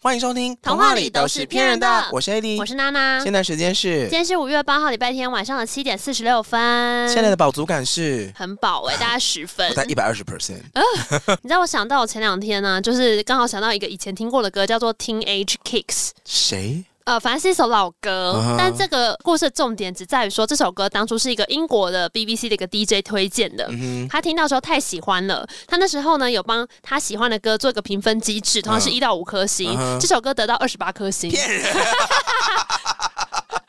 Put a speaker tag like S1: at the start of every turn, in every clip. S1: 欢迎收听《
S2: 童话里都是骗人的
S1: 我是 AD，
S2: 我是娜娜。
S1: 现在时间是
S2: 今天是五月八号，礼拜天晚上的七点四十六分。
S1: 现在的饱足感是
S2: 很饱哎、大概十分
S1: 我。在一百二十 percent，
S2: 哦你知道我想到我前两天呢、啊就是刚好想到一个以前听过的歌，叫做《Teenage Kicks》。
S1: 谁？
S2: 呃，反正是一首老歌
S1: 啊哈
S2: 但这个故事的重点只在于说，这首歌当初是一个英国的 BBC 的一个 DJ 推荐的。
S1: 嗯
S2: 他听到之后太喜欢了，他那时候呢有帮他喜欢的歌做一个评分机制，同样是
S1: 嗯
S2: 一到五颗星
S1: 嗯哼
S2: 这首歌得到二十八颗星，
S1: 骗人！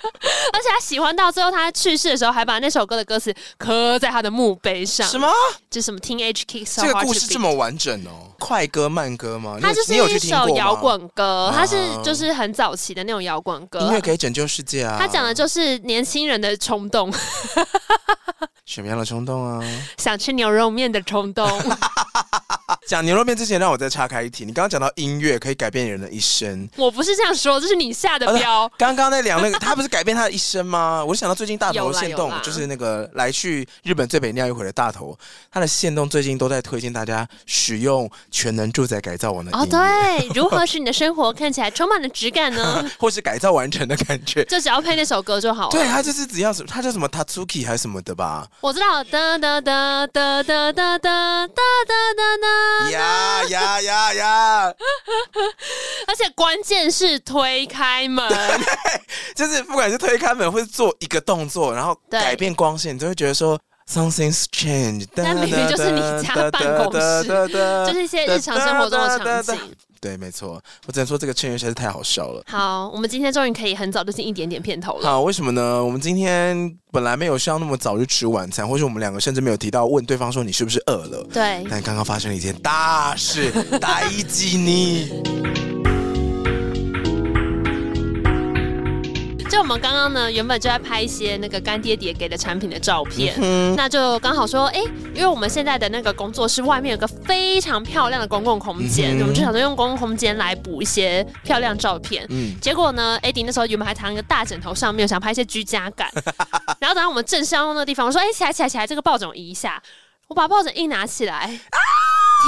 S2: 而且他喜欢到最后，他去世的时候还把那首歌的歌词刻在他的墓碑上。
S1: 什？么？
S2: 就什么 Teenage Kicks？
S1: 这个故事这么完整哦？快歌慢歌吗？你有
S2: 它就是
S1: 你有
S2: 一
S1: 去听过
S2: 首
S1: 吗
S2: 摇，滚歌，它是
S1: 啊
S2: 就是很早期的那种摇滚歌
S1: 音。乐可以拯救世界啊！
S2: 他讲的就是年轻人的冲动，
S1: 什么样的冲动啊？
S2: 想吃牛肉面的冲动。
S1: 讲牛肉面之前，让我再岔开一题。你刚刚讲到音乐可以改变人的一生，
S2: 我不是这样说，这是你下的标。
S1: 刚刚那两那个，他不是改变他的一生吗？ 我就想到最近大头
S2: 有
S1: 的
S2: 啦
S1: 线
S2: 有
S1: 动
S2: 啦，
S1: 就是那个来去日本最北尿一回的大头，他的线动最近都在推荐大家使用全能住宅改造完的
S2: 哦，
S1: 音乐，
S2: 对，如何使你的生活看起来充满了质 感呢？
S1: 或是改造完成的感 觉。
S2: 就只要配那首歌就好
S1: 对
S2: 了。
S1: 他就是只要是他叫什么 Tatsuki 还是什么的吧，
S2: 我知道，哒哒哒哒哒哒哒哒哒
S1: 啊
S2: 哒。
S1: 呀呀呀呀，
S2: 而且关键是推开门，
S1: 就是不管是推开门或是做一个动作，然后
S2: 对
S1: 改变光线，你都会觉得说 something's changed。
S2: 那明明就是你家的办公室
S1: 就
S2: 就是一些日常生活中的场景。
S1: 对，没错，我只能说这个成员实在是太好笑了。
S2: 好，我们今天终于可以很早就进一点点片头了。
S1: 好，为什么呢？我们今天本来没有需要那么早就吃晚餐，或是我们两个甚至没有提到问对方说你是不是饿了。
S2: 对，
S1: 但刚刚发生了一件大事，大吉呢？
S2: 就我们刚刚呢，原本就在拍一些那个干爹爹给的产品的照片，
S1: 嗯
S2: 那就刚好说，哎、因为我们现在的那个工作室外面有个非常漂亮的公共空间，
S1: 嗯哼
S2: 我们就想说用公共空间来补一些漂亮照片。
S1: 嗯，
S2: 结果呢，Adi 那时候原本还躺在一个大枕头上面，想拍一些居家 感。然后等到我们正上用的地方，我说：“哎、起来起来起来，这个抱枕我移一下。”我把抱枕一拿起来，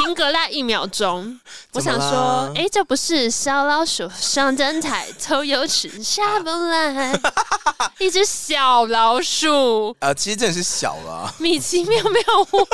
S2: 停格了一秒钟。我 想
S1: 怎么
S2: 说
S1: 啦：“
S2: 哎、这不是小老鼠上 灯台，偷油吃下不来，一只小老鼠，
S1: 呃，其实真的是小了，
S2: 米奇妙妙屋，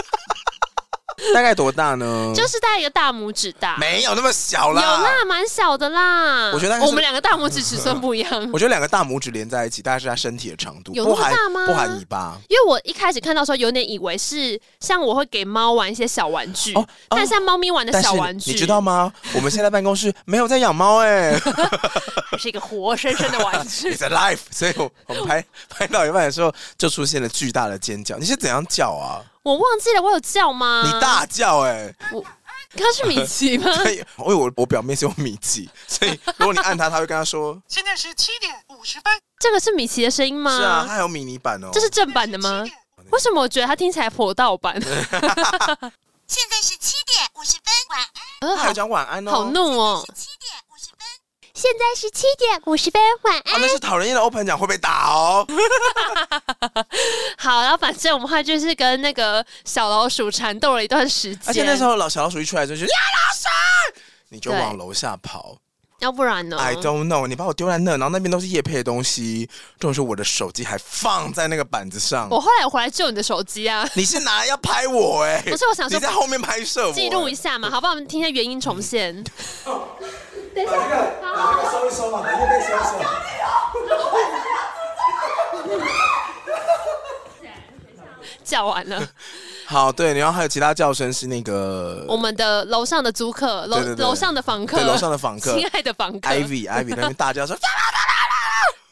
S1: 大概多大呢？
S2: 就是大概一个大拇指大。”
S1: 没有那么小
S2: 有
S1: 啦。
S2: 啦，蛮小的啦。哦
S1: 我觉得大概是
S2: 我们两个大拇指尺寸不 一样。
S1: 我觉得两个大拇指连在一起，大概是他身体的长度，
S2: 有
S1: 不
S2: 那么
S1: 含
S2: 大吗
S1: 不含尾巴。
S2: 因为我一开始看到的时候，有点以为是像我会给猫玩一些小玩具，
S1: 哦哦
S2: 但像猫咪玩的
S1: 但是
S2: 小玩具，
S1: 你知道吗？ 我们现在办公室没有在养猫哎、
S2: 还是一个活生生的玩具。
S1: It's alive，所以我我们拍拍到一半的时候，就出现了巨大的尖叫。你是怎样叫啊？
S2: 我忘记了我有叫吗？
S1: 你，大叫哎、
S2: 刚是米奇 吗？
S1: 所以因为我我表面是用米奇，所以如果你按它，它会跟他 说，
S3: 现在是七点五十分。
S2: 这个是米奇的声音吗？
S1: 是啊，它还有迷你版哦。
S2: 嗯这是正版的吗？为什么我觉得它听起来颇 盗版？
S4: 现在是七点五十分，晚安。
S2: 呃，
S1: 还
S2: 好
S1: 有讲晚安哦。
S2: 好怒哦！
S4: 七点五十分。现在是七点五十分，晚安。
S1: 啊，那是讨人厌的 open 奖会被打 哦。
S2: 好，然后反正我们后来就是跟那个小老鼠缠斗了一段时间，
S1: 而啊且那时，候老小老鼠一出来就是呀老鼠，你就
S2: 对
S1: 往楼下跑。
S2: 要不然呢？
S1: I don't know，你把我丢在那，然后那边都是叶配的东西，重点是我的手机还放在那个板子上。
S2: 我后来回来救你的手机啊，
S1: 你是拿来要拍我哎、
S2: 不是我想说
S1: 你在后面拍摄我哎
S2: 记录一下嘛，好不好？我们听一下原音重现。叫完了，
S1: 好，对，然后还有其他叫声是那 个
S2: 我们的楼上的租客，楼
S1: 对对对
S2: 楼上的房客，
S1: 对楼上的房客
S2: 亲爱的房客
S1: Ivy Ivy 那边大叫 说，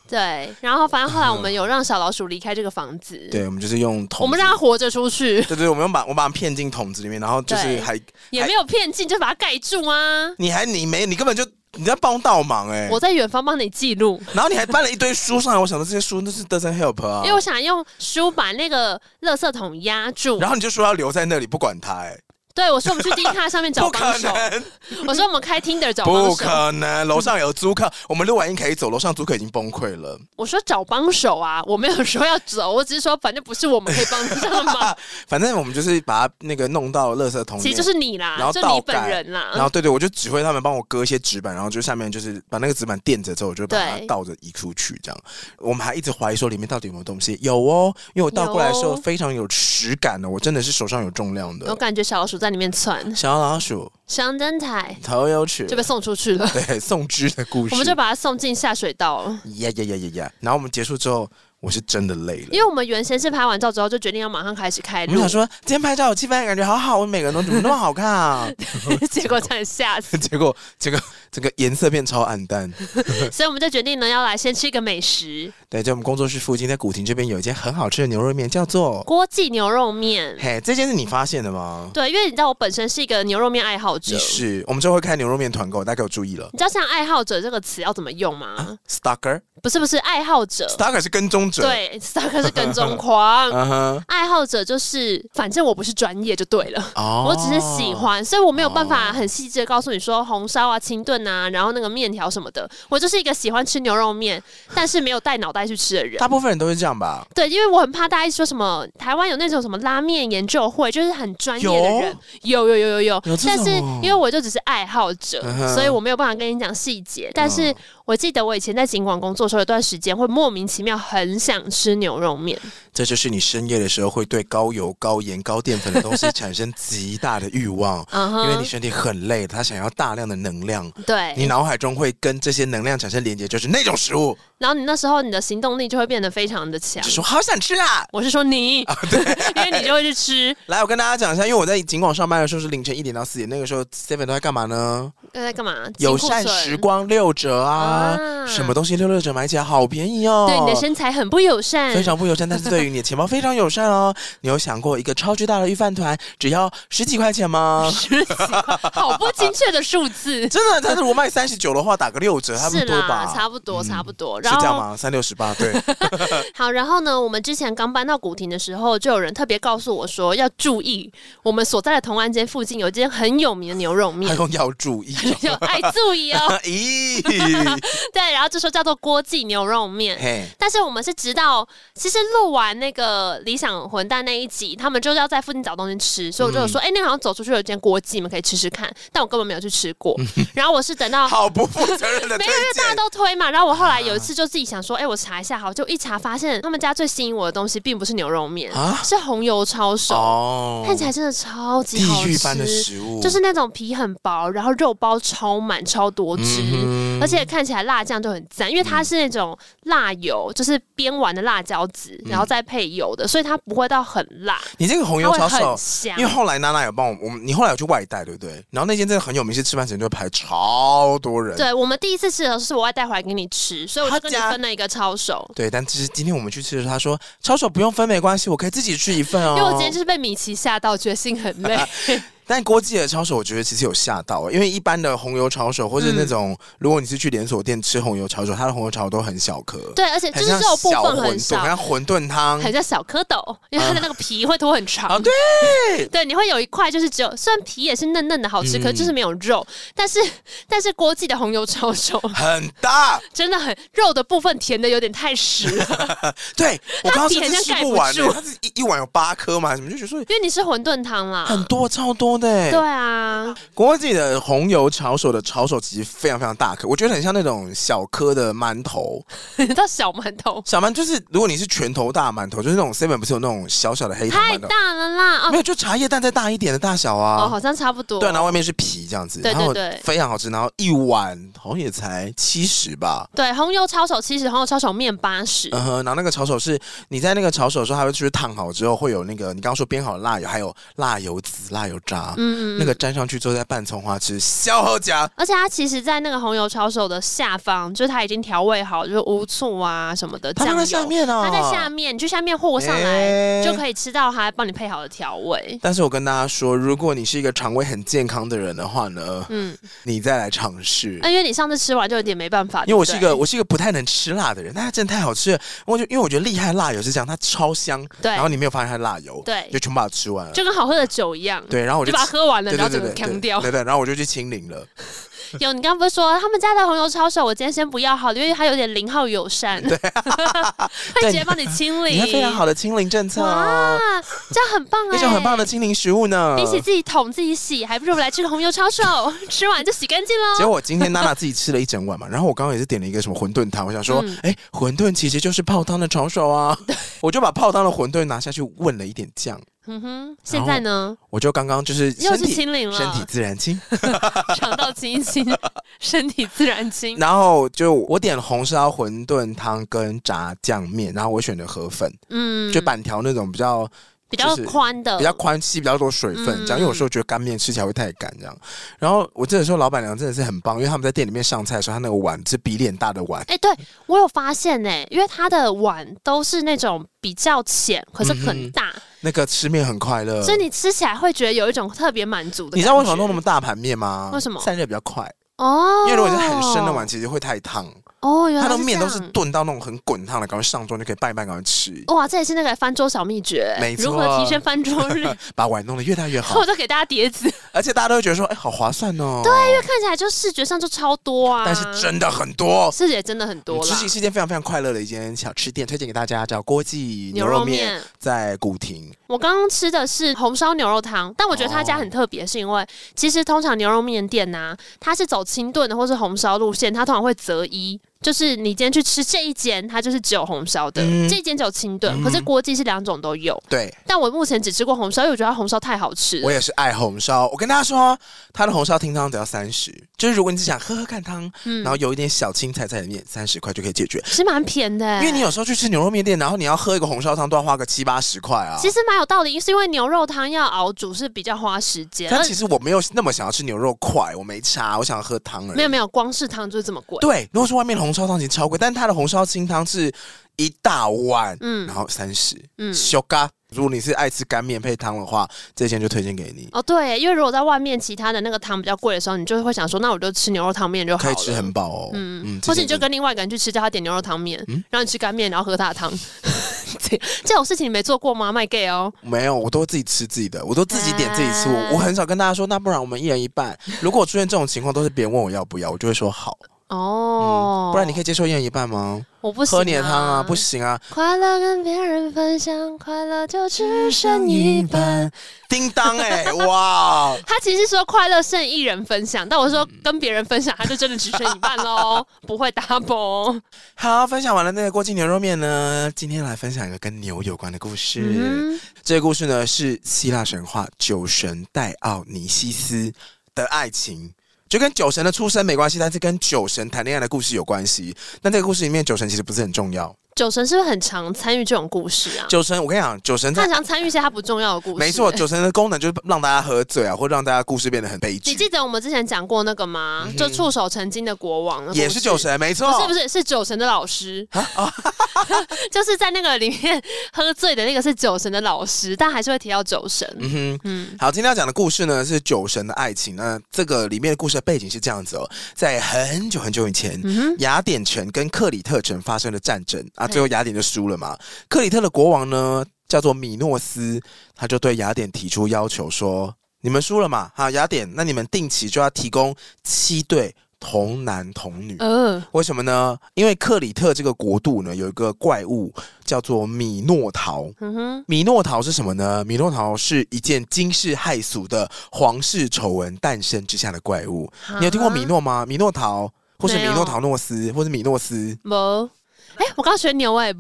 S2: 对，然后反正后来我们有让小老鼠离开这个房子，
S1: 对，我们就是用筒子，
S2: 我们让它活着出去，
S1: 对对，我们用把我把它骗进筒子里面，然后就是
S2: 对
S1: 还
S2: 也没有骗进，就把它盖住啊。
S1: 你还你没你根本就你在帮倒忙哎、
S2: 我在远方帮你记录，
S1: 然后你还搬了一堆书上来，我想到这些书都是 doesn't help 啊
S2: 因为，我想用书把那个垃圾桶压住
S1: 然，后你就说要留在那里不管它哎、
S2: 对，我说我们去 d 卡上面找
S1: 不
S2: 帮
S1: 可
S2: 手，
S1: 能，
S2: 我说我们开 Tinder 找帮
S1: 不
S2: 手，
S1: 可能！楼上有租客，我们录完音可以走，楼上租客已经崩溃了。
S2: 我说找帮手啊，我没有说要走，我只是说反正不是我们可以帮得上的 忙，
S1: 反正我们就是把它那个弄到垃圾桶里面，
S2: 其实就是你啦
S1: 然后，
S2: 就
S1: 倒
S2: 你本
S1: 改
S2: 人啦，
S1: 然后对对，我就指挥他们帮我割一些纸板，然后就下面就是把那个纸板垫着之后，我就把它
S2: 对
S1: 倒着移出去，这样。我们还一直怀疑说里面到底有没有东西，有哦，因为我倒过来的时候
S2: 有哦
S1: 非常有实感的，我真的是手上有重量
S2: 我
S1: 的。
S2: 感觉小老鼠在里面窜，
S1: 小老鼠
S2: 香灯台
S1: 头有曲，
S2: 就被送出去了，
S1: 对宋芝的故事，
S2: 我们就把它送进下水道了。
S1: 呀呀呀呀呀！然后我们结束之后，我是真的累了
S2: 因。为我们原先是拍完照之后就决定要马上开始开
S1: 我们
S2: 录
S1: 想，说，今天拍照有气氛，感觉好好，我每个人都怎么那么好看啊？
S2: 结果差点吓死，
S1: 结果这个这个颜色变超暗淡。嗯
S2: 所以我们就决定呢要来先吃一个美食
S1: 对，在我们工作室附近，在古亭这边有一间很好吃的牛肉面，叫做
S2: ——锅记牛肉面。
S1: 嘿，这件是你发现的吗？
S2: 对，因为你知道我本身是一个牛肉面爱好者
S1: 你，是，我们之后会开牛肉面团购，大家给我注意了。
S2: 你知道像爱好者这个词要怎么用吗？
S1: Stalker，Stalker
S2: 不是不是，爱好者，
S1: 是跟踪者。，
S2: 对，stalker 是跟 踪狂。
S1: 嗯哼，
S2: 爱好者就是，反正我不是专业就对了，
S1: 哦
S2: 我只是喜。欢，所以我没有办法很细致的告诉你说红烧啊、清炖啊，然后那个面条什么的，我就是一个喜欢吃牛肉面，但是没有带脑袋去吃的人。
S1: 大部分人都是这样吧？
S2: 对，因为我很怕大家一直说什么台湾有那种什么拉面研究会，就是很专业的人，有有有有有
S1: 有这
S2: 但
S1: 种
S2: 是
S1: 哦
S2: 因为我就只是爱好者，
S1: 嗯哼
S2: 所以我没有办法跟你讲细节。但是
S1: 嗯
S2: 我记得我以前在景广工作的时候，有段时间会莫名其妙很想吃牛肉面，
S1: 这就是你深夜的时候会对高油、高盐、高淀粉的东西产生极大的欲望，
S2: 嗯
S1: 因为
S2: 哼
S1: 你，身体很累，它想要大量的能量，你
S2: 对，
S1: 脑海中会跟这些能量产生连接，就是那种食物，
S2: 然后你那时候你的行动力就会变得非常的强
S1: 就。说好想吃啊！
S2: 我是说你， 因为你就会去吃，
S1: 来，我跟大家讲一下，因为我在景广上班的时候是凌晨一点到四点，那个时候 Seven 都在干嘛呢？
S2: 又呃在干嘛？
S1: 友
S2: 清库存
S1: 善时。光六折啊，
S2: 啊
S1: 什么东西六六折买起来好便宜哦。
S2: 对你的身材很不友善，
S1: 非常不友善，但是对于你的钱包非常友善哦。你有想过一个超巨大的预饭团只要十几块钱 吗？
S2: 十几块，好不精确的数字。
S1: 真的，但是我卖三十九的话，打个六折，差不
S2: 是
S1: 多
S2: 啦，
S1: 吧？嗯
S2: 差不多，差不多。
S1: 是
S2: 然
S1: 这样
S2: 后
S1: 吗？三六十八， 对，
S2: 好，然后呢，我们之前刚搬到古亭的时候，就有人特别告诉我说要注意，我们所在的同安街附近有一间很有名的牛肉
S1: 还
S2: 面。
S1: 用要注意。
S2: 就爱注意哦，
S1: 咦，
S2: 对，然后就说叫做郭记牛肉面，
S1: 嘿，
S2: 但是我们是直到其实录完那个理想混蛋那一集，他们就是要在附近找东西吃，所以我就
S1: 嗯
S2: 有说，哎、那好像走出去有一间郭记，你们可以吃吃看，但我根本没有去吃 过，然后我是等到
S1: 好不负责任的
S2: 没
S1: 推
S2: 有，因为大家
S1: 荐。
S2: 都推嘛。然后我后来有一次就自己想说，哎、我查一下，好，就一查发现他们家最吸引我的东西并不是牛肉面，
S1: 啊
S2: 是红油抄手，
S1: 哦
S2: 看起来真的超级好
S1: 地
S2: 吃，
S1: 狱般的食物，
S2: 就是那种皮很薄，然后肉包超满超多汁。
S1: 嗯哼
S2: 而且看起来辣酱就很赞，因为它是那种辣
S1: 嗯
S2: 油，就是煸完的辣椒籽，然后再配油的，所以它不会到很辣，
S1: 你这个嗯红
S2: 它
S1: 油
S2: 会
S1: 抄
S2: 很
S1: 手。
S2: 香
S1: 因。为后来娜娜有帮我，我们你后来有去外带，对不对？然后那间真的很有名，是吃饭时间就会排超多人。
S2: 对我们第一次吃的时候是我外带回来给你吃，所以我就
S1: 他
S2: 跟你
S1: 家
S2: 分了一个抄手。
S1: 对，但其实今天我们去吃的时候，他说抄手不用分没关系，我可以自己吃一份哦。
S2: 因为我今天就是被米奇吓到，决心很 累。
S1: 但郭记的抄手，我觉得其实有吓到，因为一般的红油抄手或者
S2: 嗯
S1: 那种，如果你是去连锁店吃红油抄手，它的红油抄手都很小颗，
S2: 对，而且就
S1: 很
S2: 是
S1: 像
S2: 肉部
S1: 小
S2: 分
S1: 馄
S2: 很
S1: 饨，很
S2: 少，
S1: 像馄饨汤。
S2: 很像小蝌蚪，因为它的那个皮会拖很
S1: 啊，
S2: 长。
S1: 对，嗯
S2: 对，你会有一块就是只有，虽然皮也是嫩嫩的好吃，可是就是没有肉。但是但是郭记的红油抄手
S1: 很大，
S2: 真的很 肉的部分甜的有点太实 了，
S1: 对我刚刚
S2: 它
S1: 甚
S2: 皮
S1: 至吃
S2: 很像
S1: 不完
S2: 盖不
S1: 呢，
S2: 住
S1: 它是一一碗有八颗嘛，什么就觉得说
S2: 因为你是馄饨汤啦。
S1: 很多，超多的欸。
S2: 对啊，
S1: 国际的红油抄手的抄手其实非常非常大颗，我觉得很像那种小颗的馒头。
S2: 到小馒头
S1: 小馒就是如果你是拳头大馒头，就是那种 seven 不是有那种小小的黑糖
S2: 太
S1: 馒头，
S2: 大了啦！
S1: 没
S2: 哦
S1: 有就茶叶蛋再大一点的大小
S2: 哦，
S1: 啊。
S2: 好像差不多。
S1: 对，然后外面是皮这样子，
S2: 对对
S1: 然后
S2: 对
S1: 非常好吃，然后一碗好像也才七十吧，
S2: 对红油抄手七十，红油抄手面八十。
S1: 嗯哼，然后那个炒手是你在那个炒手的时候，它会去烫好之后，会有那个你刚刚说煸好的辣油，还有辣油籽、辣油渣，
S2: 嗯嗯嗯
S1: 那个沾上去之后再拌葱花吃，小好夹。
S2: 而且它其实，在那个红油抄手的下方，就是它已经调味好，就是无醋啊什么的
S1: 它
S2: 酱
S1: 放
S2: 油。
S1: 在下面哦，
S2: 它在下面，你去下面和上来，
S1: 哎
S2: 就可以吃到它帮你配好的调味。
S1: 但是我跟大家说，如果你是一个肠胃很健康的人的话呢，
S2: 嗯，
S1: 你再来尝试。
S2: 那因为你上次吃完就有点没办法，
S1: 因为我
S2: 对
S1: 是一
S2: 不对
S1: 个我是一个不太能吃辣的人，但它真的太好吃了。我就因为我觉得厉害辣油是这样，它超香，
S2: 对
S1: 然后你没有发现它辣油，
S2: 对
S1: 就全部把它吃完了。
S2: 就跟好喝的酒一样，
S1: 对，然后我
S2: 就把它喝完了，
S1: 对
S2: 然
S1: 对对
S2: 后整个
S1: 对
S2: 扛
S1: 对
S2: 掉。
S1: 对对，然后我就去清零了。
S2: 有，你刚刚不是说他们家的红油抄手，我今天先不要好了，因为它有点零号友善，会直接帮你清理，
S1: 你看非常好的清零政策
S2: 哇
S1: 哦，，
S2: 这样很棒哎、
S1: 一种很棒的。清零食物呢。
S2: 比起自己捅自己洗，还不如来吃个红油抄手， 吃完就洗干净
S1: 结
S2: 喽。
S1: 果我今天娜娜自己吃了一整 碗嘛，然后我刚刚也是点了一个什么馄饨汤，我想说
S2: 嗯，
S1: 哎、馄饨其实就是泡汤的炒手 啊，我就把泡汤的馄饨拿下去问了一点酱，
S2: 嗯哼，现在呢，
S1: 我就刚刚就是
S2: 又
S1: 身
S2: 是
S1: 体
S2: 清零了，
S1: 身体自然清，
S2: 肠道清 一清，身体自然清。
S1: 然后就我点了红烧馄饨汤跟炸酱面，然后我选的河粉，
S2: 嗯，
S1: 就板条那种比较
S2: 比较
S1: 就是
S2: 宽的，
S1: 比较宽细，比较多水分，这样。
S2: 嗯
S1: 因为有时候觉得干面吃起来会太干，这样。然后我真的说，老板娘真的是很棒，因为他们在店里面上菜的时候，他那个碗是比脸大的碗，
S2: 哎、对我有发现呢、因为它的碗都是那种比较浅，可是
S1: 嗯
S2: 很
S1: 哼
S2: 大，
S1: 那个吃面很快乐。
S2: 所以你吃起来会觉得有一种特别满足的
S1: 嗯
S2: 感觉。
S1: 你知道为什么弄那么大盘面吗？
S2: 为什么
S1: 散热比较快，
S2: 哦？
S1: 因为如果是很深的碗，其实会太烫。
S2: 哦，原来
S1: 它的
S2: 这
S1: 面都是
S2: 样哦
S1: 炖到那种很滚烫的，赶快上桌就可以拌一拌，赶快吃，
S2: 哇，这也是那个翻桌小秘诀，
S1: 没错
S2: 如何提升翻桌率？
S1: 把碗弄得越大越 好
S2: 我。就给大家碟子，
S1: 而且大家都会觉得说，哎，好划算哦。对，
S2: 看起来就视觉上就超多啊，
S1: 但是真的很多。
S2: 视觉真的很多
S1: 其
S2: 啦
S1: 实。是一间非常非常快乐的一间小吃店，推荐给大家，叫郭记
S2: 牛
S1: 牛
S2: 肉
S1: 肉
S2: 面
S1: 面，在古亭。
S2: 我刚刚吃的是红烧牛肉汤，但我觉得他家很特别，是因
S1: 哦
S2: 为其实通常牛肉面店呐、它是走清炖的或是红烧路线，它通常会择一，就是你今天去吃这一间，它就是只有红烧的，
S1: 嗯
S2: 这一间只有清炖，
S1: 嗯
S2: 可是锅记是两种都有。
S1: 对，
S2: 但我目前只吃过红烧，因为我觉得它红烧太好吃了
S1: 我。也是爱红烧。我跟大家说，它的红烧清汤只要三十，就是如果你只想喝喝看汤，
S2: 嗯
S1: 然后有一点小青菜在里面，三十块就可以解决。
S2: 其实蛮便的欸、
S1: 因为你有时候去吃牛肉面店，然后你要喝一个红烧汤，都要花个七八十块啊。
S2: 其实蛮有道理，是因为牛肉汤要熬煮是比较花时间，
S1: 但
S2: 而
S1: 其实我没有那么想要吃牛肉块，我没差，我想喝汤而已。
S2: 没有没有，光是汤就是这么贵。
S1: 对，如果是外面的红烧汤，其实超贵，但它的红烧清汤是一大碗，
S2: 嗯
S1: 然后三十，
S2: 嗯
S1: 嗯，小咖。如果你是爱吃干面配汤的话，这间就推荐给你，
S2: 哦，对，因为如果在外面其他的那个汤比较贵的时候，你就会想说，那我就吃牛肉汤面就好
S1: 可
S2: 了。
S1: 以吃很饱哦。
S2: 嗯，
S1: 这
S2: 或是你
S1: 间
S2: 就跟另外一个人去吃，叫他点牛肉汤面，
S1: 嗯
S2: 然后你吃干面，然后喝他的汤。 这这种事情你没做过吗？卖 gay 哦，
S1: 没有，我都自己吃自己的，我都自己点自己吃。
S2: 哎
S1: 我我很少跟大家说，那不然我们一人一 半。如果出现这种情况，都是别人问我要不要，我就会说好。
S2: 哦，
S1: 嗯不然你可以接受一人一半吗？
S2: 我不行、
S1: 喝你的汤啊，不。行啊。
S2: 快乐跟别人分享，快乐就只剩一半。，
S1: 叮当哎、哇！
S2: 他其实说快乐剩一人分享，但我说
S1: 嗯
S2: 跟别人分享，他就真的只剩一半喽，不会 double。
S1: 好，分享完了那个过境牛肉面呢，今天来分享一个跟牛有关的故事。
S2: 嗯
S1: 这个故事呢是希腊神话酒神戴奥尼西斯的爱情，就跟酒神的出生没关系，但是跟酒神谈恋爱的故事有关系。但这个故事里面，酒神其实不是很重要。
S2: 酒神是不是很常参与这种故事啊？
S1: 酒神，我跟你讲，酒神
S2: 他
S1: 在
S2: 很常参与一些他不重要的故事、
S1: 没错，
S2: 欸
S1: 酒神的功能就是让大家喝醉啊，或让大家故事变得很悲
S2: 你
S1: 剧
S2: 记。得我们之前讲过那个吗？就触手成金的国王的故
S1: 嗯
S2: 事
S1: 也是酒，神，哦啊没
S2: 不是
S1: 错。
S2: 不是是酒神的老师， 就是在那个里面喝醉的那个是酒神的老师，但还是会提到酒神。
S1: 嗯哼，
S2: 嗯
S1: 好，今天要讲的故事呢是酒神的爱情。那这个里面的故事的背景是这样子哦，在很久很久以前，
S2: 嗯哼，
S1: 雅典城跟克里特城发生了战争啊，最后雅典就输了嘛。克里特的国王呢，叫做米诺斯，他就对雅典提出要求说：“你们输了嘛，哈，雅典，那你们定期就要提供七对童男童女。
S2: 呃，
S1: 为什么呢？因为克里特这个国度呢，有一个怪物叫做米诺陶。
S2: 嗯哼，
S1: 米诺陶是什么呢？米诺陶是一件惊世骇俗的皇室丑闻诞生之下的怪物。你有听过米诺吗？米诺陶，或是
S2: 没
S1: 米
S2: 有
S1: 诺陶诺斯，或是米诺斯？
S2: 没？哎、我刚学牛哎、欸， 没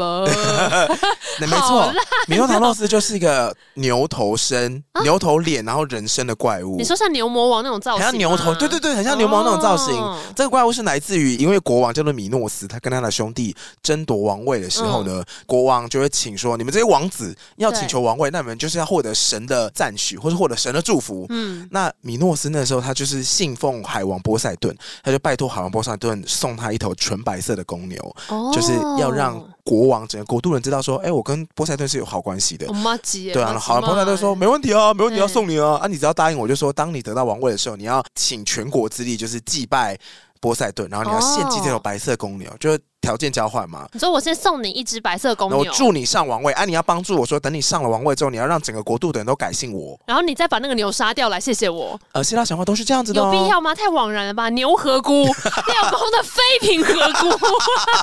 S1: 那没
S2: 好
S1: 错
S2: 烂，啊
S1: 米诺陶诺斯就是一个牛头身、牛头脸，然后人身的怪物
S2: 你。说像牛魔王那种造
S1: 很
S2: 型吗，
S1: 像牛头，对对对，很像牛毛那种造型。
S2: 哦
S1: 这个怪物是来自于一位国王叫做米诺斯，他跟他的兄弟争夺王位的时候呢，
S2: 嗯
S1: 国王就会请说：你们这些王子要请求王位，那你们就是要获得神的赞许，或是获得神的祝福。
S2: 嗯，
S1: 那米诺斯那时候他就是信奉海王波塞顿，他就拜托海王波塞顿送他一头纯白色的公牛，
S2: 哦
S1: 就是要让国王整个国度人知道说，哎、我跟波塞顿是有好关系的
S2: 我。妈急欸，
S1: 对啊，好，波塞顿说没问题啊，没问题要送你啊，啊，你只要答应我，就说当你得到王位的时候，你
S2: 哦
S1: 要请全国之力就是祭拜波塞顿，然后你要献祭这头白色公牛，就是条件交换嘛。
S2: 你说我先送你一只白色公
S1: 那我
S2: 牛，
S1: 助你上王位啊！你要帮助我说，等你上了王位之后，你要让整个国度的人都改信我。
S2: 然后你再把那个牛杀掉来谢谢我，
S1: 呃，希腊神话都是这样子的、
S2: 有
S1: 哦，
S2: 必要吗？太枉然了吧！牛河菇，廖公的妃嫔河菇， 你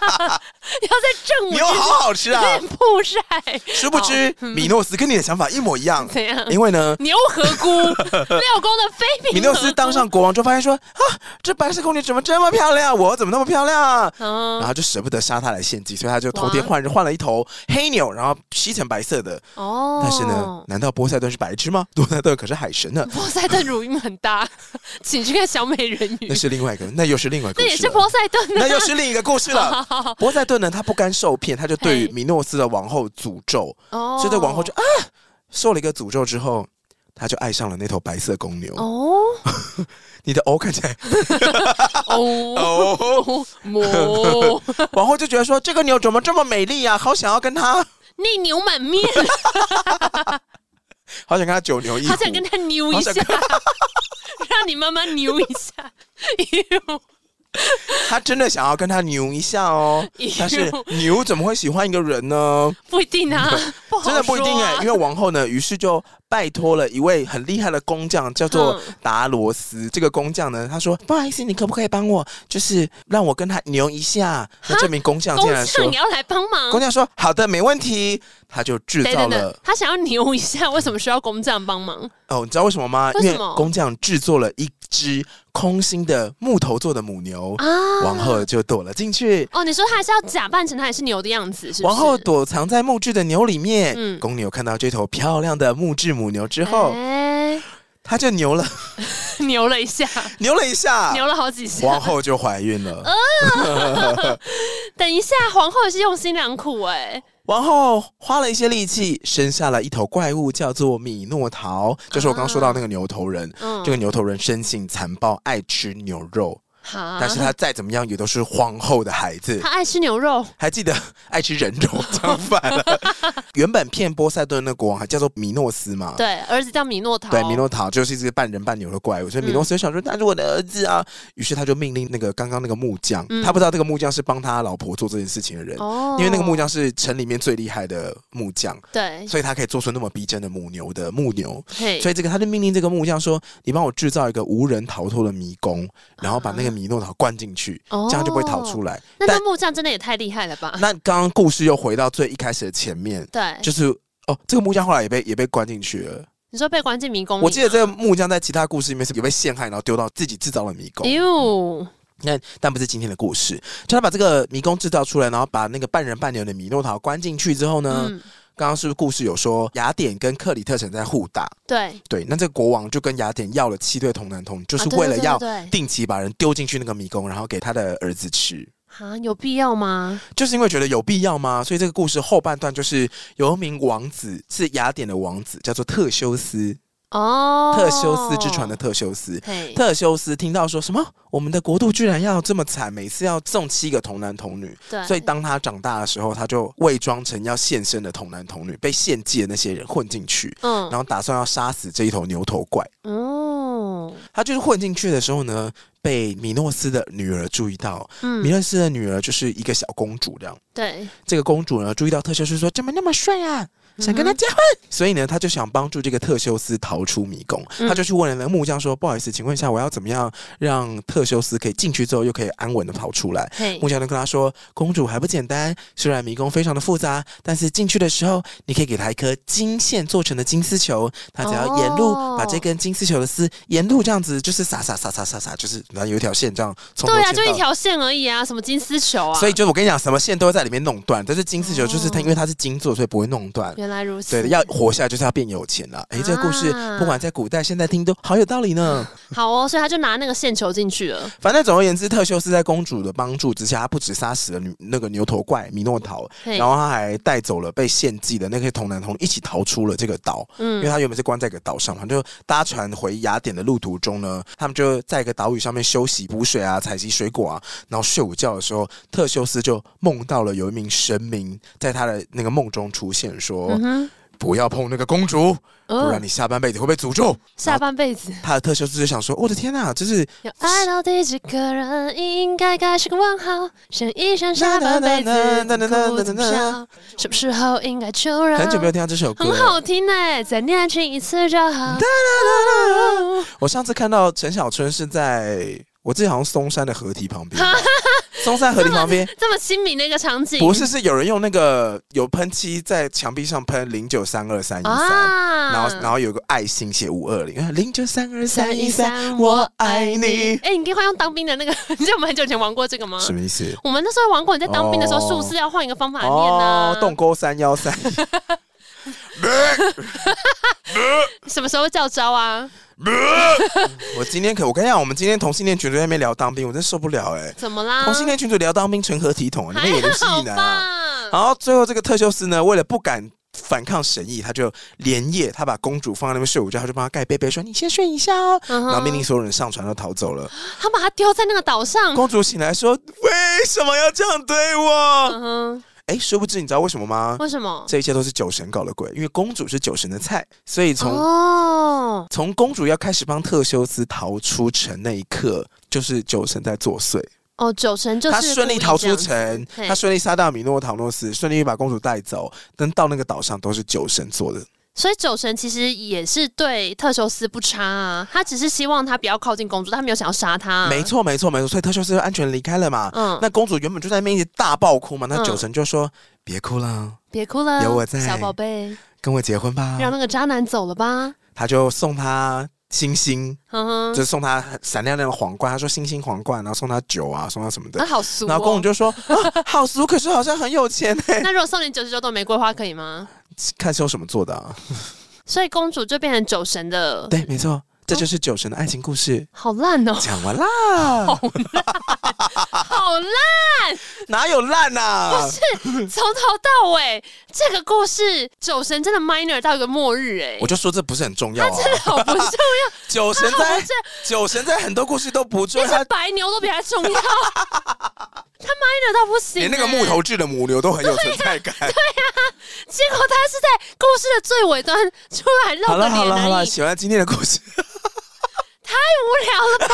S2: 要在正午
S1: 牛
S2: 之
S1: 好好吃 啊！
S2: 前曝晒，
S1: 殊不知，米诺斯跟你的想法一模一样，
S2: 怎样？
S1: 因为呢，
S2: 牛河菇，廖公的妃嫔，
S1: 米诺斯当，上国王就发现说啊，这白色公主怎么这么漂亮？我怎么那么漂亮啊？然
S2: 嗯，
S1: 后就舍不得杀她来献祭，所以他就头
S2: 哇
S1: 天换日换了一头黑牛，然后披成白色的。
S2: 哦，
S1: 但是呢，难道波塞顿是白痴吗？ 波塞顿可是海神呢，
S2: 波塞顿乳晕很大，请去看小美人鱼
S1: 那，是另外一个，那又是另外一个
S2: 嗯那
S1: 故
S2: 也
S1: 事
S2: 是
S1: 了。
S2: 波塞顿
S1: 那
S2: 啊，
S1: 又是另一个故事 了。波塞顿呢，他不甘受骗，他就对于
S2: 嘿
S1: 米诺斯的王后诅咒，
S2: 哦
S1: 所以对王后就啊，受了一个诅咒之后，他就爱上了那头白色公牛。
S2: 哦
S1: 你的哦看起来
S2: 哦
S1: 哦，
S2: 魔
S1: 王后就觉得说这个牛怎么这么美丽啊，好想要跟他，
S2: 内牛满面，
S1: 好想跟他九牛一虎
S2: 好。想跟他扭一
S1: 好
S2: 下
S1: 想，
S2: 让你妈妈扭一 下，哟
S1: 他真的想要跟他牛一下哦
S2: 哎呦，
S1: 但是牛怎么会喜欢一个人呢？
S2: 不一定啊，不好
S1: 真的不一定
S2: 说
S1: 哎、
S2: 啊
S1: 因为王后呢，于是就拜托了一位很厉害的工匠，叫做
S2: 嗯
S1: 达罗斯。这个工匠呢，他说：“不好意思，你可不可以帮我，就是让我跟他牛一下？”那这名工匠竟
S2: 工
S1: 然
S2: 匠
S1: 说
S2: 也要来帮：“
S1: 工
S2: 忙。
S1: 匠说好的，没问题。”他就制
S2: 等
S1: 造
S2: 等等
S1: 了，
S2: 他想要扭一下，为什么需要工匠帮忙？
S1: 哦，你知道为什么吗？
S2: 为
S1: 因
S2: 什
S1: 为
S2: 么
S1: 工匠制作了一只空心的木头做的母牛，
S2: 啊
S1: 王后就躲了进去。
S2: 哦，你说他还是要假扮成他也是牛的样子，是不是？
S1: 王后躲藏在木质的牛里面，
S2: 嗯
S1: 公牛看到这头漂亮的木质母牛之后，
S2: 哎，
S1: 它就牛了，
S2: 扭了一下，
S1: 牛了一下，
S2: 扭了好几下。
S1: 皇
S2: 呃
S1: 后就怀孕 了。
S2: 等一下，皇后也是用心良苦哎、
S1: 王后花了一些力气，生下了一头怪物，叫做米诺陶，就是我刚刚说到那个牛头人。
S2: 嗯，
S1: 这个牛头人生性残暴，爱吃牛肉，
S2: 好，
S1: 但是他再怎么样也都是皇后的孩子。
S2: 他爱吃牛肉，
S1: 还记得 爱吃人肉，相反 了。原本骗波塞顿那国王还叫做米诺斯嘛？
S2: 对，儿子叫米诺陶，
S1: 对，米诺陶就是一只半人半牛的怪
S2: 嗯
S1: 物，所以米诺斯就想说他是我的儿子啊，于是他就命令那个刚刚那个木匠，
S2: 嗯
S1: 他不知道这个木匠是帮他老婆做这件事情的人，
S2: 哦
S1: 因为那个木匠是城里面最厉害的木匠，
S2: 对，
S1: 所以他可以做出那么逼真的母牛的木牛。
S2: 嘿
S1: 所以这个他就命令这个木匠说：“你帮我制造一个无人逃脱的迷宫，然后把
S2: 啊
S1: 那个米诺陶关进去，
S2: 哦
S1: 这样就不会逃出来。
S2: 那
S1: 但
S2: 那木匠真的也太厉害了 吧？
S1: 那刚刚故事又回到最一开始的前面，
S2: 对，
S1: 就是哦，这个木匠后来也被也被关进去了。
S2: 你说被关进迷宫里，
S1: 我记得这个木匠在其他故事里面是也被陷害，然后丢到自己制造的迷
S2: 哎
S1: 宫。
S2: 哟，
S1: 那但不是今天的故事，就他把这个迷宫制造出来，然后把那个半人半牛的米诺陶关进去之后呢，
S2: 嗯，
S1: 刚刚是不是故事有说雅典跟克里特城在互打？
S2: 对，
S1: 对，那这个国王就跟雅典要了七对童男童女，就
S2: 就是
S1: 为了要
S2: 啊对
S1: 定期把人丢进去那个迷宫，然后给他的儿子吃。
S2: 啊，有必要吗？
S1: 就是因为觉得有必要吗？所以这个故事后半段就是有一名王子是雅典的王子，叫做特修斯，
S2: 哦，
S1: 特修斯之船的，特修斯。
S2: 嘿，
S1: 特修斯听到说什么，我们的国度居然要这么惨，每次要送七个童男童女，
S2: 对，
S1: 所以当他长大的时候，他就伪装成要献身的童男童女，被献祭的那些人混进去，然
S2: 嗯，
S1: 后打算要杀死这一头牛头怪。
S2: 哦，
S1: 他就是混进去的时候呢，被米诺斯的女儿注意到，米
S2: 嗯，
S1: 诺斯的女儿就是一个小公主这样。
S2: 对，
S1: 这个公主呢，注意到特修斯说怎么那么帅啊，
S2: 嗯
S1: 想跟他结婚，所以呢，她就想帮助这个特修斯逃出迷宫，
S2: 嗯
S1: 她就去问了那个木匠说：“不好意思，请问一下，我要怎么样让特修斯可以进去之后又可以安稳的跑出来？”
S2: 嘿
S1: 木，匠就跟她说：“公主还不简单，虽然迷宫非常的复杂，但是进去的时候，你可以给她一颗金线做成的金丝球，她只要沿路
S2: 哦
S1: 把这根金丝球的丝沿路这样子，就是撒撒撒撒撒撒，就是然后有一条线这样从头
S2: 对啊，
S1: 牵
S2: 就
S1: 到
S2: 一条线而已啊，什么金丝球啊，
S1: 所以就我跟你讲，什么线都会在里面弄断，但是金丝球就是它，
S2: 哦
S1: 因为它是金做，所以不会弄断。
S2: 原来如此，
S1: 对的，要活下来就是要变有钱了。哎，这个故事
S2: 啊
S1: 不管在古代、现在听都好有道理呢。
S2: 好哦，所以他就拿那个线球进去了，
S1: 反正总而言之，特修斯在公主的帮助之下，他不止杀死了女那个牛头怪米诺陶，
S2: 嘿
S1: 然，后他还带走了被献祭的那些童男童女，一起逃出了这个岛。因为
S2: 嗯，
S1: 他原本是关在一个岛上嘛，就搭船回雅典的路途中呢，他们就在一个岛屿上面休息、补水啊、采集水果啊，然后睡午觉的时候，特修斯就梦到了有一名神明在他的那个梦中出现，说：“
S2: 嗯哼，
S1: 不要碰那个公主，不然
S2: 嗯，
S1: 你下半辈子会被诅咒。
S2: 下半辈子
S1: 他的特修斯就想说，我的天呐，就是
S2: 有爱到第几个人，应该该是个问号。想一想下半辈子哭怎么笑，什么时候应该就让？
S1: 很久没有听到这首歌了。
S2: 啊很好听哎，再年轻一次就好。
S1: 我上次看到陈小春是在我记得好像松山的河堤旁边，松山河堤旁边
S2: 这么亲民的一个场景，
S1: 不是是有人用那个有喷漆在墙壁上喷零九三二三一三，
S2: 啊
S1: 然后然后有个爱心写五二零哎零九三二三
S2: 三
S1: 一
S2: 一
S1: 三，
S2: 三，
S1: 我爱你，
S2: 哎、你可以换用当兵的那个，你知道我们很久以前玩过这个吗？
S1: 什么意思？
S2: 我们那时候玩过，你在当兵的时候，
S1: 哦
S2: 数字要换一个方法念啊呢、
S1: 动勾哦三幺 三，
S2: 什么时候叫招啊？
S1: 我今天可我跟你讲，我们今天同性恋群组在那边聊当兵，我真受不了哎、
S2: 怎么啦？
S1: 同性恋群组聊当兵成何体统啊？你
S2: 啊还
S1: 们也不是
S2: 好
S1: 异男啊？
S2: 吧？
S1: 然后最后这个特修斯呢，为了不敢反抗神意，他就连夜他把公主放在那边睡午觉，他就帮她盖被被，说你先睡一下哦。
S2: 嗯哼
S1: 然后命令所有人上船，都逃走了。
S2: 他把他丢在那个岛上。
S1: 公主醒来说：“为什么要这样对我
S2: 嗯哼，？”
S1: 哎、殊不知你知道为什么吗？
S2: 为什么？
S1: 这一切都是酒神搞的鬼，因为公主是酒神的菜，所以从
S2: 哦，
S1: 从公主要开始帮特修斯逃出城那一刻，就是酒神在作祟。
S2: 哦，九成就是
S1: 他顺利逃出城，
S2: 故意这样子
S1: 他顺利杀掉米诺陶诺斯，顺利把公主带走，但到那个岛上都是酒神做的。
S2: 所以九成其实也是对特修斯不差啊，他只是希望他不要靠近公主，他没有想要杀他、啊
S1: 没，错，没错，没错。所以特修斯就安全离开了嘛。
S2: 嗯，
S1: 那公主原本就在那边一直大爆哭嘛，那
S2: 嗯
S1: 酒神就说：“别哭了，
S2: 别哭了，
S1: 有我在
S2: 小宝贝，
S1: 跟我结婚吧。
S2: 让那个渣男走了吧。”
S1: 他就送她星星，
S2: 嗯
S1: 就
S2: 哼，
S1: 送她闪亮亮的皇冠。他说：“星星皇冠。”然后送她酒啊，送她什么的
S2: 那。好俗、哦。
S1: 然后公主就说：“啊好俗，可是好像很有钱哎、
S2: 那如果送你九十九朵玫瑰花可以吗？
S1: 看 是用什么做的、啊。
S2: 所以公主就变成酒神的，
S1: 对，没错，这就是酒神的爱情故事。
S2: 好 烂哦，
S1: 讲完啦，
S2: 好烂！哦
S1: 哪有烂啊？
S2: 从头到尾，这个故事酒神真的 minor 到一个末日哎、
S1: 我就说这不是很重要啊。
S2: 好不 重要，
S1: 酒神在
S2: 这
S1: 酒神在很多故事都不重要，
S2: 连
S1: 他
S2: 白牛都比他重要，他 minor 到不行、欸
S1: 连那个木，头制的母牛都很有存在感。
S2: 结果他是在故事的最尾端出来露
S1: 好
S2: 个
S1: 了好
S2: 脸
S1: 了好
S2: 而
S1: 了，
S2: 已，
S1: 喜欢今天的故事，
S2: 无聊了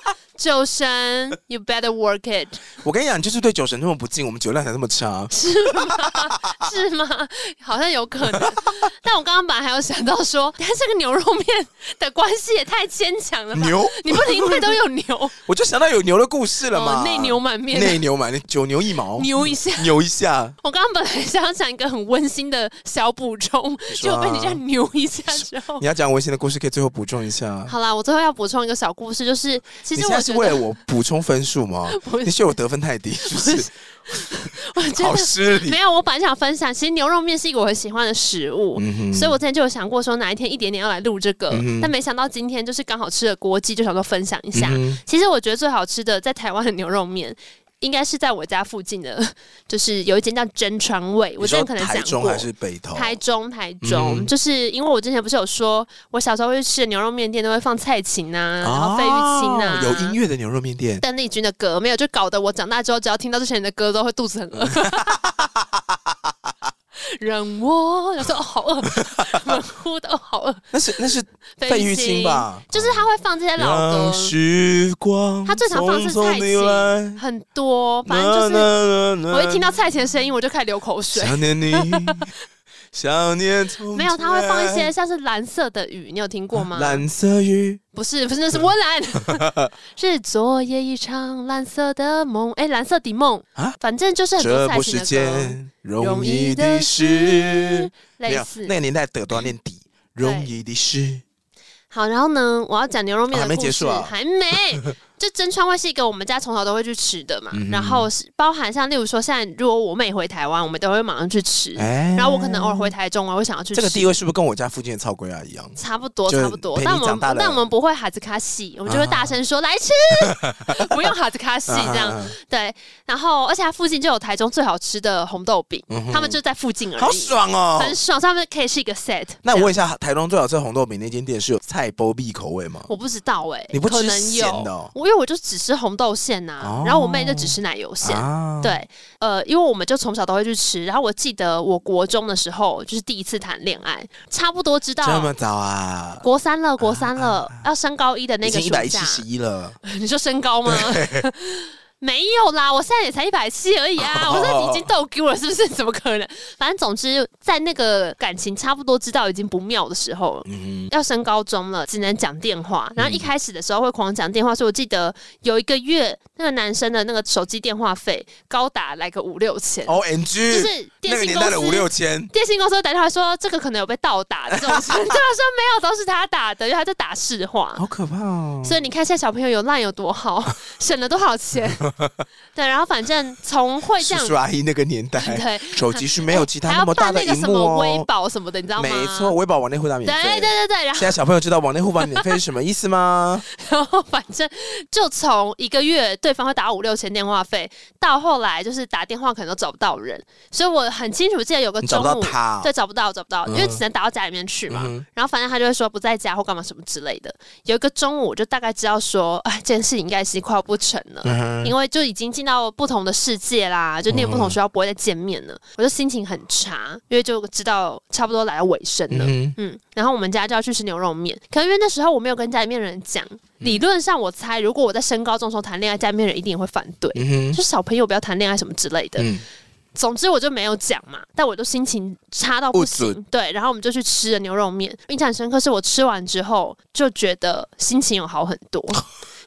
S2: 吧？酒神，You better work it，
S1: 我跟你讲，你就是对酒神那么不敬，我们酒量才那么差。
S2: 是吗？是吗？好像有可能。但我刚刚本来还有想到说，但这个牛肉面的关系也太牵强了吧？
S1: 牛，
S2: 你不停配都有牛，
S1: 我就想到有牛的故事了嘛，
S2: 哦内牛满面
S1: 内牛满面，九牛一毛，
S2: 牛一下。
S1: 牛一下。
S2: 我刚刚本来想讲一个很温馨的小补充，结
S1: 说啊
S2: 果被你这样牛一下之后
S1: 你。要讲温馨的故事，可以最后补充一下。
S2: 好啦，我最后要补充一个小故事，就是其
S1: 你
S2: 实
S1: 现
S2: 我
S1: 在是
S2: 觉
S1: 为了
S2: 得，
S1: 我补充分数吗？
S2: 不是
S1: 你觉得我得分太 低，是不是？
S2: 我觉
S1: 好
S2: 得
S1: 失
S2: 没
S1: 礼。
S2: 有，我本来想分享，其实牛肉面是一个我很喜欢的食物，
S1: 嗯哼
S2: 所以我之前就有想过说哪一天一点点要来录这个，
S1: 嗯哼
S2: 但没想到今天就是刚好吃了锅记，就想说分享一下。
S1: 嗯哼
S2: 其实我觉得最好吃的在台湾的牛肉面。应该是在我家附近的，就是有一间叫真川味，我
S1: 你
S2: 之前
S1: 说
S2: 可能
S1: 台
S2: 讲
S1: 中
S2: 过
S1: 还。是北投？
S2: 台中，台中，
S1: 哦嗯
S2: 就是因为我之前不是有说，我小时候会吃的牛肉面店都会放蔡琴啊，然后费玉清
S1: 哦
S2: 啊，
S1: 有音乐的牛肉面店。
S2: 邓丽君的歌，没有就搞得我长大之后，只要听到这些人的歌，都会肚子很 饿。忍我，有时候好饿，很哭的，哦好饿。
S1: 那是那是费玉清吧？
S2: 就是他会放这些老歌
S1: 让，时光
S2: 他最常放的是蔡琴
S1: 匆匆地来，
S2: 很多，反正就是我
S1: 我
S2: 一听到蔡琴的声音，我就开始流口水。
S1: 嗯想念 你，想念从前
S2: 没有，他会放一些像是蓝色的雨，你有听过吗？
S1: 蓝色雨，
S2: 不是，不是，那是温岚， 是昨夜一场蓝色的梦，哎，蓝色的梦
S1: 啊
S2: 反正就是很多
S1: 这
S2: 蔡
S1: 不
S2: 琴
S1: 是
S2: 的歌，
S1: 件容易的事。，嗯没
S2: 类
S1: 有
S2: 似嗯
S1: 那个年代的都要念底，容易的事。
S2: 好，然后呢，我要讲牛肉面
S1: 哦
S2: 的
S1: 还没
S2: 故事，
S1: 结束啊
S2: 还没 就真川味是一个我们家从小都会去吃的嘛，
S1: 嗯哼
S2: 然后是包含像例如说，现在如果我妹回台湾，我们都会马上去吃，
S1: 哎
S2: 然后我可能偶尔回台中，我会想要去吃
S1: 这个地位是不是跟我家附近的草龟啊一样？
S2: 差不多，
S1: 就
S2: 差不多
S1: 陪。你
S2: 但我
S1: 长
S2: 们
S1: 大了啊
S2: 但我们不会哈子卡西，我们就会大声说、来吃， 不用哈子卡西这样。
S1: 啊
S2: 对，然后而且它附近就有台中最好吃的红豆饼，
S1: 嗯哼
S2: 他们就在附近而已，
S1: 好爽哦！
S2: 很爽。所以他们可以是一个 set 这样。
S1: 那我问一下，台中最好吃的红豆饼那间店是有菜包必口味吗？
S2: 我不知道哎、
S1: 你不吃
S2: 可能有
S1: 咸的哦
S2: 我为我就只吃红豆馅呐、
S1: 哦
S2: 然后我妹就只吃奶油馅。
S1: 啊，
S2: 对，呃，因为我们就从小都会去吃，然后我记得我国中的时候就是第一次谈恋爱，差不多知道
S1: 这么早啊，
S2: 国三了，国三了，要升高一的那
S1: 已
S2: 个
S1: 经一
S2: 暑
S1: 百七
S2: 假，
S1: 十一 了，
S2: 你说身高吗？ 没有啦，我现在也才一百七而已啊！
S1: 哦
S2: 我现在已经逗丢了，是不是？怎么可能？反正总之，在那个感情差不多知道已经不妙的时候，
S1: 嗯
S2: 要升高中了，只能讲电话。然后一开始的时候会狂讲电话，所以我记得有一个月那个男生的那个手机电话费高达来个五六千，
S1: ，O N
S2: 就
S1: G，
S2: 是
S1: 哦那
S2: 电
S1: 个
S2: 信
S1: 年
S2: 公
S1: 代的五六
S2: 司。
S1: 千，
S2: 电信公司会打电话说这个可能有被盗打的这种事，对他说 没有，都是他打的，因为他在打市话。
S1: 好可怕哦。
S2: 所以你看现在小朋友有烂有多好， 省了多少钱？ 对，然后反正从会
S1: 叔
S2: 这样
S1: 叔，阿姨那个年代，
S2: 对，
S1: 手机是没有其他
S2: 还
S1: 那
S2: 要
S1: 么大
S2: 办
S1: 的
S2: 那个
S1: 荧
S2: 什
S1: 幕
S2: 么微
S1: 哦。
S2: 保什么的，你知道吗？
S1: 没错，微保网内互打免
S2: 对对
S1: 费。
S2: 对对，然后
S1: 现在小朋友知道网内互打免费是什么意思吗？
S2: 然后反正就从一个月对方会打五六千电话费，到后来就是打电话可能都找不到人，所以我很清楚记得有个
S1: 你
S2: 中
S1: 找
S2: 午
S1: 不到他哦
S2: 对找不到找不到，因为
S1: 嗯
S2: 只能打到家里面去嘛。
S1: 嗯
S2: 然后反正他就会说不在家或干嘛什么之类的。有一个中午我就大概知道说，哎，这件事应该是快要不成了。
S1: 嗯嗯哼
S2: 因为就已经进到不同的世界啦，就念不同学校不会再见面了，我就心情很差，因为就知道差不多来到尾声了。嗯
S1: 嗯
S2: 然后我们家就要去吃牛肉面，可能因为那时候我没有跟家里面人讲，
S1: 嗯
S2: 理论上我猜，如果我在升高中的时候谈恋爱，家里面人一定也会反对，
S1: 哼嗯
S2: 就小朋友不要谈恋爱什么之类的。
S1: 哼，
S2: 总之我就没有讲嘛，但我就心情差到不
S1: 不
S2: 行。对，然后我们就去吃了牛肉面，印象很深刻是我吃完之后就觉得心情有好很 多，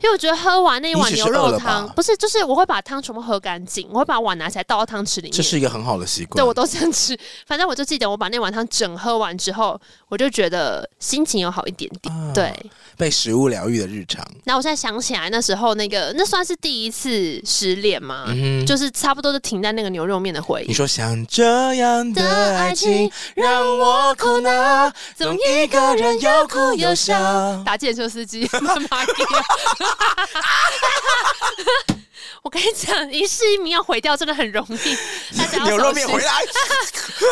S2: 因为我觉得喝完那一碗
S1: 你只是
S2: 牛
S1: 饿
S2: 肉
S1: 了
S2: 汤
S1: 吧，
S2: 不是就是我会把汤全部喝干净，我会把碗拿起来倒到汤匙里
S1: 这是
S2: 面。
S1: 一个很好的习惯。
S2: 对，我都这样吃。反正我就记得，我把那碗汤整喝完之后，我就觉得心情有好一点点。
S1: 啊
S2: 对，
S1: 被食物疗愈的日常，
S2: 然后我现在想起来，那时候那个那算是第一次失恋嘛，
S1: 嗯哼，
S2: 就是差不多就停在那个牛肉面的回忆
S1: 你。说像这样的爱情让我苦恼，总一个人又哭又笑。
S2: 打计程车司机， 妈呀！我跟你讲，一世一名要毁掉真的很容 易，大家要
S1: 牛肉面
S2: 小心
S1: 回 来。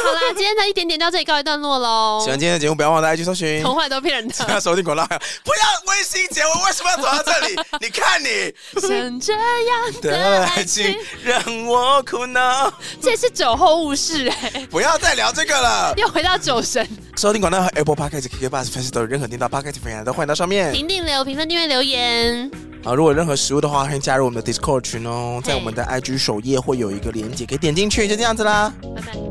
S2: 好啦，今天的一点点到这里告一段落喽
S1: 喜。欢今天的节目，不要忘了大家去搜寻。
S2: 童话都骗人
S1: 大家
S2: 的，
S1: 收听广大，不要温馨节目，为什么要走到这 里？你看你
S2: 像这样
S1: 的
S2: 的
S1: 爱
S2: 爱
S1: 情
S2: 情，
S1: 让我苦恼，
S2: 这是酒后误事哎、
S1: 不要再聊这个了。
S2: 又回到酒神。收
S1: 收听广大和 Apple Podcast、KK Bus、f a s t 任何听到 Podcast 平台都欢迎到上面。
S2: 评定留评分、订阅、留言，
S1: 啊，如果有任何食物的话，欢迎加入我们的 Discord 群哦，在
S2: 嘿
S1: 我们的 IG 首页会有一个连接，可以点进去，就这样子啦。
S2: 拜拜。